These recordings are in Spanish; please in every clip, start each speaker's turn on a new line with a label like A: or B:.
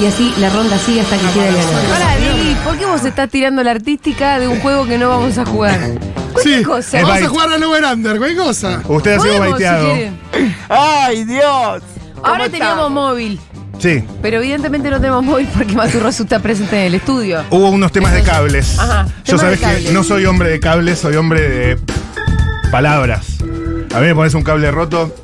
A: Y así la ronda sigue hasta que quede el ganador. Ahora, Diego, ¿por qué vos estás tirando la artística de un juego que no vamos a jugar?
B: Sí,
A: cosa.
B: es
C: Vamos
B: bait.
C: a jugar al over under, ¿qué cosa?
B: Usted ha sido
A: Podemos, si
B: baiteado.
A: quieren.
D: ¡Ay, Dios! ¿Cómo
A: Ahora teníamos
D: estamos?
A: móvil,
B: sí,
A: pero evidentemente no tenemos móvil porque Maturroso está presente en el estudio.
B: hubo unos temas de cables.
A: Ajá,
B: Yo
A: temas de
B: sabes que
A: cables.
B: no soy hombre de cables, soy hombre de palabras. A mí me pones un cable roto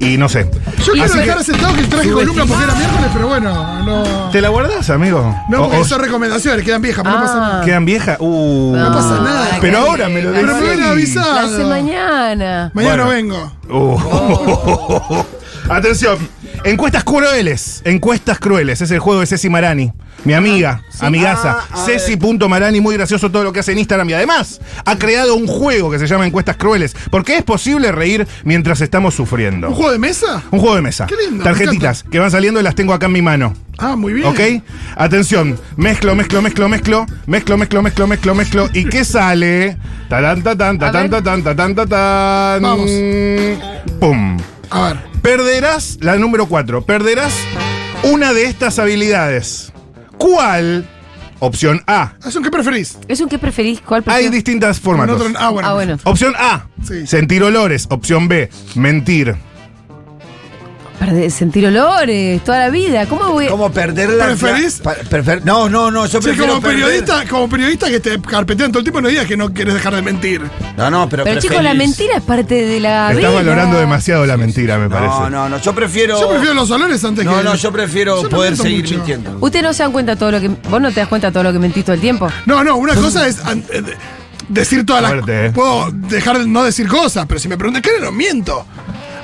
B: y no sé.
C: Yo quiero
B: Así
C: dejar
B: que-
C: sentado que traje columna porque era miércoles, pero bueno, no.
B: ¿Te la guardás, amigo?
C: No,
B: O- Ah.
C: porque
B: o-
C: son recomendaciones, quedan viejas, pero no pasa nada.
A: Ah,
B: ¿Quedan viejas? Uh,
A: No
C: pasa nada.
B: Pero ahora me lo
A: Pero
C: Pero me
B: decís.
C: hubieran avisado.
A: La hace mañana.
C: Mañana
B: Bueno.
C: vengo.
B: Uh. Oh. Atención. Encuestas crueles. Encuestas crueles. Es el juego de Ceci Marani. Mi amiga, amigaza.
D: Ah, a ver.
B: Ceci.marani, muy gracioso todo lo que hace en Instagram. Y además ha creado un juego que se llama Encuestas Crueles. Porque es posible reír mientras estamos sufriendo.
C: ¿Un juego de mesa?
B: Un juego de mesa.
C: Qué lindo, me
B: Tarjetitas que van saliendo y las tengo acá en mi mano.
C: Ah, muy bien.
B: ¿Ok? Atención. Mezclo, mezclo, mezclo, mezclo. Mezclo, mezclo, mezclo, mezclo, mezclo. ¿Y qué sale? Tarán, tatán, tatán,
A: ver.
B: tatán, tatán, tatán.
C: Vamos.
B: Pum.
C: A ver.
B: Perderás, la número 4, perderás una de estas habilidades. ¿Cuál? Opción A.
C: Asun, ¿qué preferís?
A: ¿Es un qué preferís? ¿Cuál
B: Hay
A: preferís?
B: distintas
C: En
B: formatos.
C: otro- ah, bueno.
A: Ah, bueno.
B: Opción A.
C: Sí.
B: Sentir olores. Opción B. Mentir. Oh.
A: Perde- sentir olores toda la vida. ¿Cómo voy?
D: ¿Cómo perder la
C: ¿Preferís?
D: pa- prefer- no, no, no, yo
C: Sí,
D: prefiero
C: como
D: perder.
C: periodista, como periodista que te carpetean todo el tiempo, no digas que no quieres dejar de mentir.
D: No, no, pero
A: Pero chicos, la
D: preferís.
A: mentira es parte de la vida.
B: Estás valorando demasiado la mentira, me parece.
D: No, no, no, yo prefiero
C: Yo prefiero los olores antes que.
D: No, no, yo prefiero
C: Yo no
D: poder
C: miento
D: seguir
C: mucho.
D: mintiendo.
A: Usted no se dan cuenta todo lo que. Vos no te das cuenta todo lo que mentís todo el tiempo.
C: No, no, una cosa es an- eh, de- decir todas las
B: Fuerte, eh.
C: Puedo dejar de no decir cosas, pero si me preguntan, ¿qué no miento?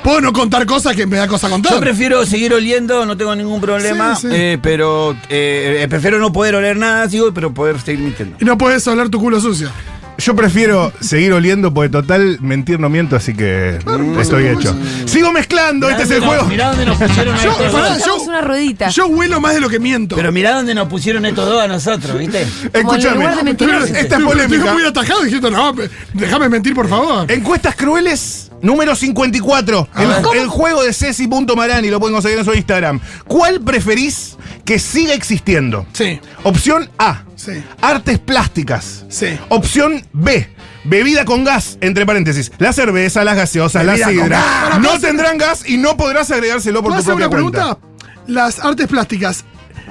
C: Puedo no contar cosas que me da cosa contar.
D: Yo prefiero seguir oliendo, no tengo ningún problema,
C: Sí, sí.
D: eh, pero eh, eh, prefiero no poder oler nada, sigo, pero poder seguir mintiendo.
C: Y no puedes oler tu culo sucio.
B: Yo prefiero seguir oliendo porque total mentir no miento, así que estoy hecho. Sigo mezclando, este es el juego.
D: Mirá dónde nos pusieron a
C: Yo,
D: estos dos.
C: pará,
A: Hacemos
C: yo-
A: una ruedita.
C: Yo huelo más de lo que miento.
D: Pero mirá dónde nos pusieron estos dos a nosotros, ¿viste?
A: Como en
B: Escúchame.
A: lugar de mentirosos.
B: Esta es
C: Estoy-
B: polémica.
C: Estoy muy atajado diciendo, no, pe- déjame mentir, por favor.
B: Encuestas crueles número 54.
C: A ver.
B: El, el juego de Ceci.marani lo pueden conseguir en su Instagram. ¿Cuál preferís que siga existiendo?
C: Sí.
B: Opción A.
C: Sí.
B: Artes plásticas.
C: Sí.
B: Opción B. Bebida con gas, entre paréntesis. La cerveza, las gaseosas, la
D: Bebida con gas.
B: sidra.
C: Ahora, ¿puedo
B: No
C: hacer-
B: tendrán gas y no podrás agregárselo por
C: ¿Puedo
B: tu
C: hacer
B: propia
C: una
B: cuenta.
C: pregunta? Las artes plásticas,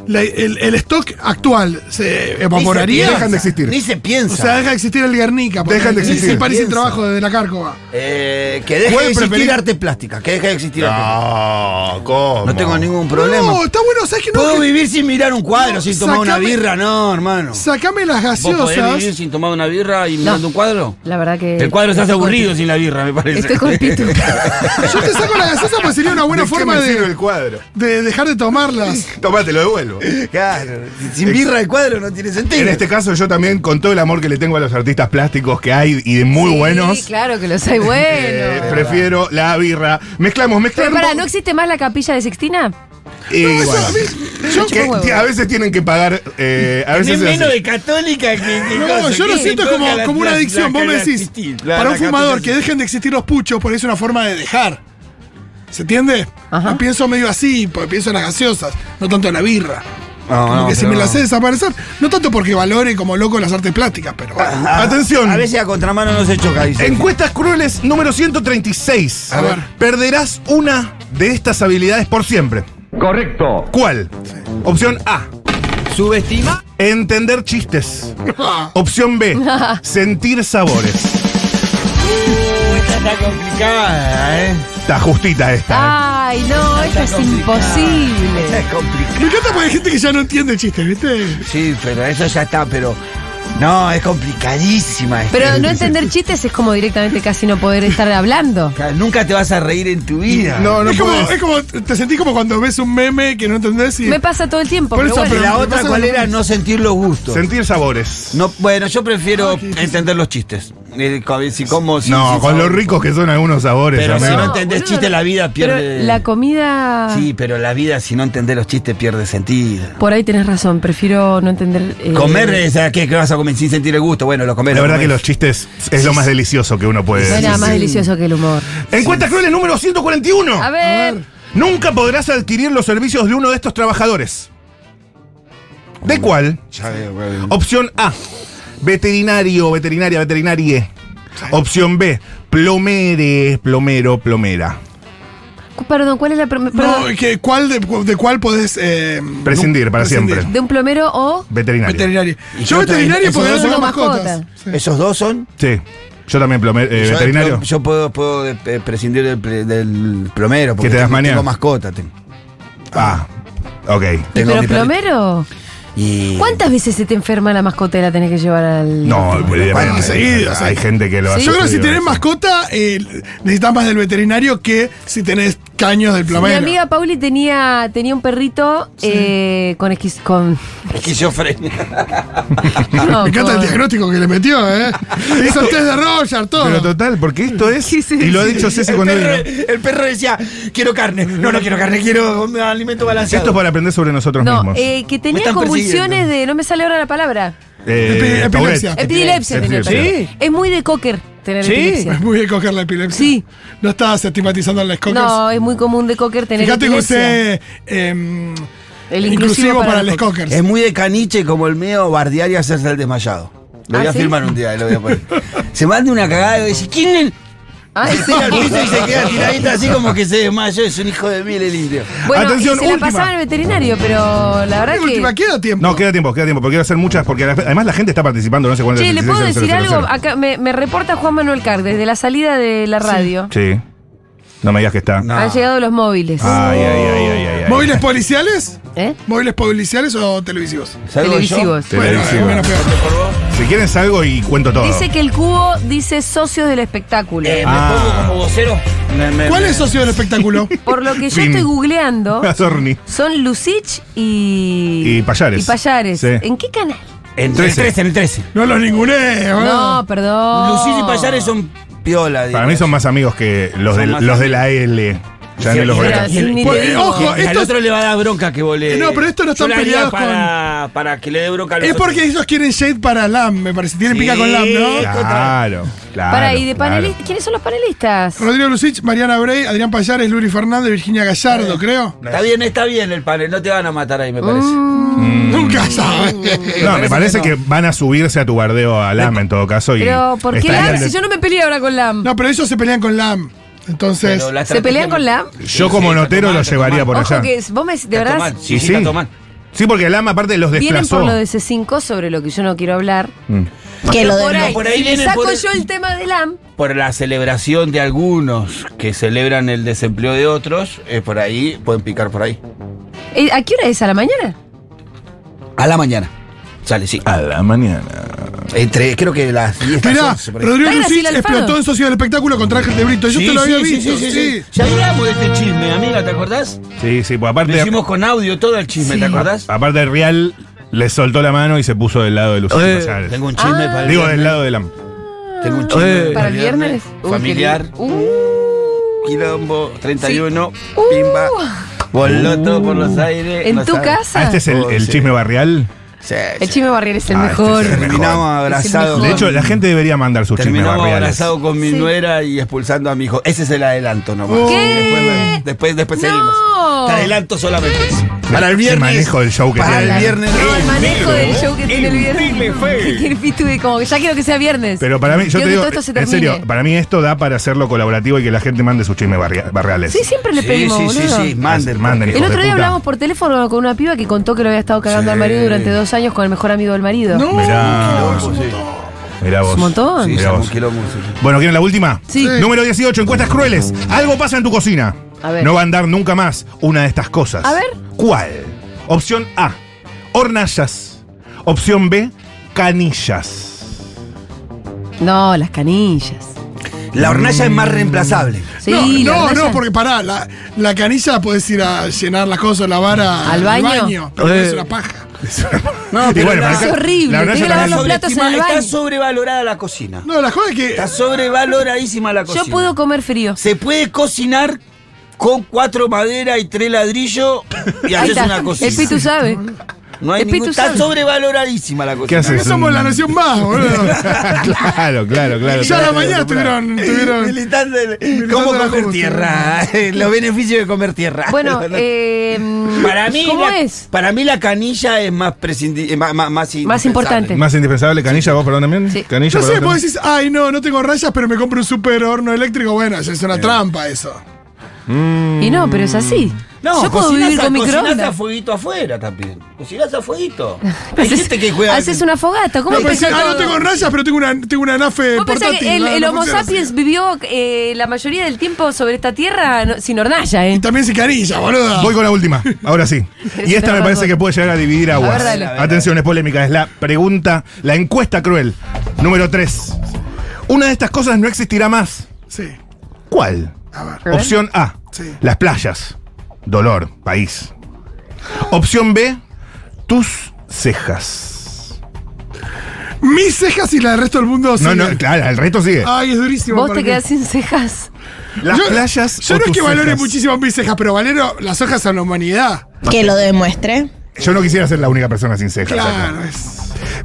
C: la- el, el stock actual se
D: Ni se
C: evaporaría.
D: piensa,
B: Dejan de existir.
D: Ni se
C: O
D: piensa.
C: sea, deja de existir el Guernica. porque
B: Dejan de
C: ni-
B: existir.
C: ni París sin
D: Piensa.
C: trabajo desde la Cárcova.
D: Eh, que deje
B: ¿Pueden
D: de existir
B: preferir-
D: arte plástica, que deje de existir arte plástica.
B: No, ¿cómo?
D: No tengo ningún problema.
C: No, está bueno, ¿sabes qué? No,
D: Puedo
C: que-
D: vivir sin mirar un cuadro,
C: No,
D: sin tomar una
C: sacame-
D: birra, no, hermano.
C: Sacame las
D: ¿Vos podés
C: gaseosas.
D: vivir sin tomar una birra y mirando un cuadro?
A: La verdad que.
C: Eh,
D: El cuadro se hace
A: estoy con-
D: aburrido sin la birra, me parece.
A: Estoy con Pitu.
C: Yo te saco las gaseosas porque sería una buena
B: ¿De qué
C: forma
B: me sirve el
C: de,
B: cuadro?
C: de dejar de tomarlas.
B: Tomá, te lo devuelvo.
D: Claro, sin birra el cuadro no tiene sentido.
B: En este caso, yo también, con todo el amor que le tengo a los artistas plásticos que hay y de muy
A: Sí,
B: buenos,
A: claro que los hay
B: eh,
A: buenos.
B: prefiero la birra. Mezclamos,
A: Pero
B: mezclamos.
A: pará, ¿no existe más la capilla de Sextina?
B: Y
C: eso
B: bueno,
C: a mí-
B: yo
A: me
B: que-
A: chupa un huevo.
B: a veces tienen que pagar. eh, a
D: Tenés
B: veces es
D: menos
B: así.
D: de católica que- que.
C: No,
D: cosa,
C: yo lo
D: que
C: siento
D: toca
C: como,
D: la-
C: como una
D: la-
C: adicción.
D: la-
C: Vos me
D: la-
C: decís,
D: la-
C: para
D: la
C: un fumador que
D: católica-
C: dejen de existir los puchos, por ahí es una forma de dejar. ¿Se entiende?
A: Ajá.
C: Yo Pienso medio así, porque pienso en las gaseosas, no tanto en la birra.
D: No,
C: Como
D: no,
C: que si
D: pero
C: me la
D: no.
C: sé desaparecer, no tanto porque valore como loco las artes plásticas, pero bueno.
B: Atención.
D: A veces a contramano no se choca, dice.
B: Encuestas crueles número 136.
C: A ver.
B: Perderás una de estas habilidades por siempre.
E: Correcto.
B: ¿Cuál? Opción A.
D: Subestima.
B: Entender chistes. Opción B. sentir sabores.
D: Uy, esta está complicada, ¿eh?
B: Está justita esta. ¿eh?
A: Ay, no, esto
D: Está
A: es
D: complicada.
A: imposible.
D: Esta es complicada.
C: Me encanta porque hay gente que ya no entiende chistes, ¿viste?
D: Sí, pero eso ya está, pero No, es complicadísima. esta.
A: Pero no entender chistes es como directamente casi no poder estar hablando.
D: Claro, Nunca te vas a reír en tu vida.
B: No, no
C: es, como,
B: podés.
C: es como- te sentís como cuando ves un meme que no entendés y.
A: Me pasa todo el tiempo.
C: Por
A: Pero
C: eso,
A: bueno.
D: Y la
C: me
D: otra,
C: pasa
D: ¿cuál
C: lo
D: era?
C: mismo.
D: No sentir los gustos.
B: Sentir sabores.
D: No, bueno, yo prefiero entender los chistes. Eh, co- Si como, si-
B: No,
D: si-
B: con lo ricos que son algunos sabores,
D: Pero si
B: amigo.
D: no entendés
A: boludo,
D: chiste, la vida
A: pero
D: pierde-
A: la comida.
D: Sí, pero la vida, si no entendés los chistes, pierde sentido.
A: Por ahí tenés razón. Prefiero no entender. eh,
D: Comer, o sea, ¿qué, qué vas a comer sin sentir el gusto? Bueno, lo comer.
B: La
D: lo
B: verdad que
D: comés.
B: los chistes es lo más delicioso que uno
A: No
B: puede.
A: hay
B: decir.
A: nada más delicioso que el humor.
B: Encuesta cruel número 141.
A: A ver.
B: Nunca podrás adquirir los servicios de uno de estos trabajadores. ¿De cuál?
D: Ya eh, veo, güey.
B: Opción A, veterinario, veterinaria, veterinarie. Opción B, plomere, plomero, plomera.
A: Cu- Perdón, ¿cuál es la. prom-
C: No,
A: perdón,
C: que cuál de, de cuál podés. eh,
B: Prescindir para siempre.
A: ¿De un plomero o.?
B: Veterinario.
C: Veterinario.
D: ¿Y
C: Yo
D: qué otra?
C: veterinario
D: Eso
C: porque no
D: es
C: tengo
A: una
C: mascotas.
A: mascota.
C: Sí.
D: ¿Esos dos son?
B: Sí, yo también plomero,
D: Yo-
B: Eh, veterinario.
D: Yo, yo puedo, puedo de- eh, prescindir del, ple- del plomero. Porque
B: ¿Qué te das
D: tengo-
B: manía?
D: Tengo mascota. Tengo,
B: Ah, ok.
D: Tengo
A: ¿Pero
D: mi perrito.
A: plomero?
D: Y-
A: ¿Cuántas veces se te enferma la mascota y la tenés que llevar al.?
B: No,
C: Bueno,
B: hay-
C: seguido,
B: hay
C: sí.
B: gente que lo hace.
C: Yo creo que si
B: seguido,
C: tenés
B: sí.
C: mascota, eh, necesitas más del veterinario que si tenés caños del
A: Mi
C: plomero.
A: amiga Pauli tenía, tenía un perrito eh, con, esquiz- con,
D: Esquizofrenia.
A: no,
C: Me encanta el
A: con-
C: diagnóstico que le metió, ¿eh? Hizo el test de Roger, todo.
B: Pero total, porque esto es.
A: Sí, sí,
B: y lo ha
A: sí.
B: dicho Ceci cuando vino. Esto
D: el perro decía, quiero carne. No, no quiero carne, quiero alimento balanceado.
B: es para aprender sobre nosotros
A: No,
B: mismos.
A: eh, que
D: Me
A: tenía
D: están
A: convulsiones
D: persiguiendo.
A: de. No me sale ahora la palabra.
B: Eh,
C: epi- Ah, epilepsia.
B: Tourette.
A: Epilepsia. tenía el
B: Epilepsia.
A: perro. Es muy de cocker tener
D: Sí.
C: Es
A: epilepsia.
C: muy bien coger la epilepsia.
A: Sí.
C: No estás estigmatizando a las cockers.
A: No, es muy común de cocker tener
C: Fíjate que
A: epilepsia.
C: usé eh,
A: El
C: inclusivo, para,
A: los
C: las cockers.
D: Es muy de caniche como el mío bardear y hacerse el desmayado. Lo
A: ¿Ah,
D: voy a
A: sí?
D: filmar un día, y lo voy a poner. se manda una cagada y dice, ¿quién el?
A: Ay,
D: Se tira al piso y se queda tiradita así como que se desmayó, es un hijo de mil el indio.
A: Bueno,
B: Atención,
A: y se la
B: última.
A: pasaban al veterinario, pero la verdad
C: Ay, última,
A: que.
C: queda tiempo.
B: No, queda tiempo, queda tiempo, porque quiero hacer muchas, porque además la gente está participando, no sé cuándo.
A: Che, ¿le puedo decir algo? Acá me, me reporta Juan Manuel Carr desde la salida de la radio.
B: Sí. No me digas que está.
D: No.
C: Ah.
A: Han llegado los móviles.
B: Ay, ay, ay, ay, ay, ay.
C: ¿Móviles policiales?
A: ¿Eh?
C: ¿Móviles policiales o televisivos?
D: ¿Salgo yo?
A: Televisivos.
C: Bueno, es
B: Televisivo.
C: menos peor.
B: Si quieren salgo y cuento todo.
A: Dice que el cubo dice socios del espectáculo.
D: Eh,
B: Ah.
D: ¿Me pongo como vocero? Me- me-
C: ¿Cuál es socio del espectáculo?
A: Por lo que yo
B: Fin.
A: estoy googleando,
B: A Sorni.
A: son Lucich y.
B: Y Payares.
A: Y Payares.
B: Sí.
A: ¿En qué canal?
D: En el
B: 13.
D: 13, en el 13.
C: No los ningunees,
A: No,
C: ¿verdad?
A: perdón.
D: Lucís Ah. y Payares son piola.
B: Para
D: digamos.
B: mí son más amigos que los,
D: Son
B: de,
D: más
B: los de la L. Ya
D: Sí,
B: ni los
D: y-
A: Pero
B: veo.
A: sin ni
C: Pues,
A: te digo.
C: ojo,
B: eh,
D: Y al
C: estos-
D: otro le va a dar bronca que vole.
C: No, pero estos no están peleados
D: para, para que le dé bronca a los
C: Es porque
D: otros.
C: ellos quieren shade para LAM, me parece. Tienen pica con LAM, ¿no?
B: Claro, claro.
A: Pará, ¿y de
B: claro.
A: panelistas? ¿Quiénes son los panelistas?
C: Rodrigo Lucich, Mariana Brey, Adrián Payares, Luri Fernández, Virginia Gallardo, creo.
D: Está bien, está bien el panel. No te van a matar ahí, me parece.
A: Mm.
D: Mm.
C: Nunca sabes.
B: No, me parece que, van a subirse a tu bardeo a LAM en todo caso. Y
A: Pero, ¿por qué
B: estarían
A: LAM?
B: de-
A: Si yo no me peleé ahora con LAM.
C: No, pero ellos se pelean con LAM. Entonces,
D: Pero la
A: ¿Se pelean
D: estrategia-
A: con LAM?
B: Yo como
D: Sí, sí,
B: notero
D: Tatomán,
B: lo llevaría por
D: Tatomán.
A: Ojo
B: allá.
A: que es- vos me de verdad
D: Tatomán, sí, sí,
B: sí.
D: Tatomán.
B: Sí, porque LAM aparte los
A: vienen por
B: desplazó. Mm.
A: lo de C5 sobre lo que yo no quiero hablar.
E: Que lo
A: Por
E: de
A: ahí,
D: por ahí
A: si le
D: vienen
A: saco
D: por-
A: yo el tema de LAM,
D: Por la celebración de algunos que celebran el desempleo de otros, eh, por ahí pueden picar por ahí.
A: eh, ¿a qué hora es? ¿A la mañana?
D: A la mañana. Sale, sí.
B: A la mañana.
D: Entre, creo que las 10 las
C: mirá,
D: 11 por ahí.
C: Rodrigo
A: Está
C: Lucich
A: Graciela Alfaro.
C: explotó en socio del espectáculo con traje de brito. Yo
D: Sí,
C: te lo había
D: sí, sí,
C: visto.
D: sí, sí,
C: sí.
D: sí. Ya hablamos de este chisme, amiga, ¿te acordás?
B: Sí, sí, pues
D: Lo
B: aparte.
D: hicimos con audio todo el chisme, ¿te acordás?
B: Aparte Real le soltó la mano y se puso del lado de Lucía
D: Eh,
B: Payares.
D: tengo un chisme
A: Ah.
D: para el
B: pues. Digo,
D: viernes.
B: del lado de LAM.
D: Tengo un chisme
A: ¿Para el viernes? Uy,
D: Familiar.
A: qué lindo. Uh,
D: Quilombo 31,
A: Uh.
D: pimba, voló todo por los aires.
A: ¿En
D: no
A: tu
D: sabe.
A: casa?
B: Ah, este es el,
D: Oh,
B: el
D: sí.
B: chisme barrial.
D: Sí,
A: El
D: sí.
A: Chime Barriel es el
B: Ah, este
A: mejor.
B: es el mejor.
D: Terminamos
A: Es
D: abrazados.
A: el
B: De
A: mejor.
B: hecho, la gente debería mandar sus chismes
D: Mm. Terminamos
B: barriales.
D: abrazado con mi
A: Sí.
D: nuera y expulsando a mi hijo. Ese es el adelanto nomás.
C: Oh.
A: ¿Qué?
D: Después, me- después, después
A: No.
D: seguimos. Te adelanto solamente. Para el
B: Qué
D: viernes.
B: manejo del show que
D: Para
B: tiene.
D: el viernes.
A: No, el manejo del show que tiene el
F: Dile
A: viernes.
F: fe.
A: Que tiene Pitu de como que ya quiero que sea viernes.
B: Pero para mí, yo
A: Quiero
B: te
A: que
B: digo,
A: todo esto se
B: en serio,
A: termine.
B: para mí esto da para hacerlo colaborativo y que la gente mande sus chismes barria- barriales.
A: Sí, siempre le
D: Sí,
A: pedimos,
D: sí, sí,
A: boludo.
D: sí. Manden,
B: Manden,
A: El
B: hijos
A: otro
B: de
A: día
B: puta.
A: hablamos por teléfono con una piba que contó que lo había estado cagando
D: Sí.
A: al marido durante dos años con el mejor amigo del marido.
C: No, Oh,
B: Mirá,
D: Sí, sí,
B: mirá vos.
A: Es un montón.
D: sí,
B: Mirá
D: somos
B: vos.
D: un quilombo, sí.
B: Bueno, ¿quieren la última?
A: Sí. Sí.
B: Número 18, encuestas crueles. Algo pasa en tu cocina.
A: A ver.
B: No va a andar nunca más una de estas cosas.
A: A ver.
B: ¿Cuál? Opción A, hornallas. Opción B, canillas.
A: No, las canillas.
D: La hornalla es más reemplazable.
A: Sí,
C: no,
A: la
C: no,
A: hornalla-
C: no, porque pará, la, la canilla puedes ir a llenar las cosas, la vara
A: ¿Al baño?
C: pero
B: Eh.
C: es una paja.
D: No,
B: Y bueno,
A: Es
B: acá-
A: horrible,
B: la verdad
A: tenés
B: yo
A: que lavar
B: también-
A: los platos en el
D: Está
A: baño.
D: sobrevalorada la cocina.
C: No, la joda es que.
D: Está sobrevaloradísima la cocina.
A: Yo puedo comer frío.
D: Se puede cocinar con cuatro maderas y tres ladrillos y
A: Ahí
D: haces
A: está.
D: una cocina.
A: El Pitu sabe.
D: No hay
A: el Pitu
D: ningún, está
A: sabe.
D: sobrevaloradísima la cocina.
B: ¿Qué haces?
C: que somos la nación más, boludo.
B: claro, claro, claro.
C: ya a la
B: claro. Eh,
C: mañana estuvieron. estuvieron
D: Militante,
C: Militante
D: ¿Cómo
C: de la
D: comer
C: justicia.
D: tierra? Los beneficios de comer tierra.
A: Bueno, eh,
D: para mí,
A: ¿cómo
D: la,
A: es?
D: Para mí la canilla es más prescindi- eh, más, más, más indispensable.
A: importante.
B: Más indispensable, canilla, vos, perdón también.
A: Sí.
B: Canilla,
C: yo sé,
B: perdón,
C: vos
B: también.
C: decís, ay, no, no tengo rayas, pero me compro un super horno eléctrico. Bueno, ya es
B: Eh.
C: una trampa eso.
A: Y no, pero es así.
D: No,
A: Yo puedo
D: cocinás
A: vivir
D: a-
A: con
D: cocinás
A: microondas.
D: a fueguito afuera también. Cocinás a fueguito. Hay gente que juega.
A: Haces una fogata. ¿Cómo
C: No, pero
A: empezó
C: decís, ah, no
A: todo?
C: tengo rayas, pero tengo una, tengo una nafe
A: ¿Vos pensás
C: portátil.
A: que el,
C: No,
A: el
C: no
A: Homo
C: funciona así.
A: sapiens vivió eh, la mayoría del tiempo sobre esta tierra no- sin hornalla,
C: Y
A: eh?
C: también se canilla, boludo.
B: Voy con la última, ahora sí.
A: Pero
B: Y
A: si
B: esta
A: tenés
B: me parece
A: razón.
B: que puede llegar a dividir aguas.
A: dale. A ver,
B: Atención, es polémica, es la pregunta, la encuesta cruel. Número 3. Una de estas cosas no existirá más.
C: Sí,
B: ¿Cuál?
C: a ver.
A: ver.
B: Opción A.
C: Sí.
B: Las playas. Dolor, país. Opción B. Tus cejas.
C: Mis cejas y la del resto del mundo.
B: No,
C: siguen.
B: no, claro, el reto sigue.
C: Ay, es durísimo.
A: Vos
C: para
A: te
C: mí.
A: quedás sin cejas.
B: Las
C: Ah, yo,
B: playas.
C: Yo
B: o
C: no es
B: tus
C: que valore
B: cejas.
C: muchísimo mis cejas, pero valero las hojas a la humanidad.
G: Que lo demuestre.
B: Yo no quisiera ser la única persona sin cejas.
C: Claro,
B: acá.
C: es.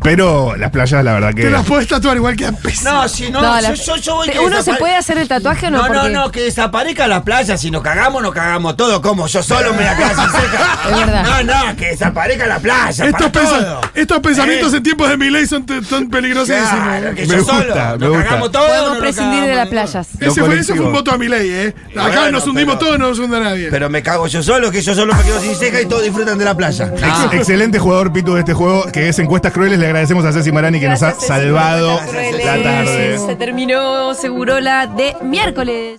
B: Pero las playas, la verdad que.
C: Te las podés tatuar igual que a pesa.
D: No, si no,
A: No,
D: yo,
A: la-
D: yo, yo voy
A: te-
D: que
A: ¿Uno se
D: desapare-
A: puede hacer el tatuaje o no?
D: No, no,
A: Porque-
D: no, que desaparezca la playa. Si nos cagamos, nos cagamos todo. Como yo solo me la cago sin ceja.
A: Es verdad.
D: No, no, que desaparezca la playa.
C: Estos,
D: para
C: pensa-
D: todo.
C: estos pensamientos
D: Eh,
C: en tiempos de mi ley son, son peligrosísimos.
D: Claro, que
B: Me
D: yo
B: gusta,
D: solo. Nos
B: me gusta.
D: cagamos todo. no
A: Podemos
D: nos
A: prescindir de
D: cagamos
A: las
D: ninguno.
A: playas.
C: Ese
B: Lo
C: fue, ese fue
B: colectivo.
C: un voto a mi ley, ¿eh? Acá
D: bueno,
C: nos hundimos
D: pero-
C: todos, no nos hunda nadie.
D: Pero me cago yo solo, que yo solo me quedo sin ceja y todos disfrutan de la playa. Ah.
B: Ex- Excelente jugador Pitu de este juego, que es Encuestas Crueles. Le agradecemos a Ceci Marani que nos ha
A: Gracias, Ceci,
B: salvado
A: por las
B: la
A: redes.
B: tarde.
A: Se terminó Segurola de miércoles.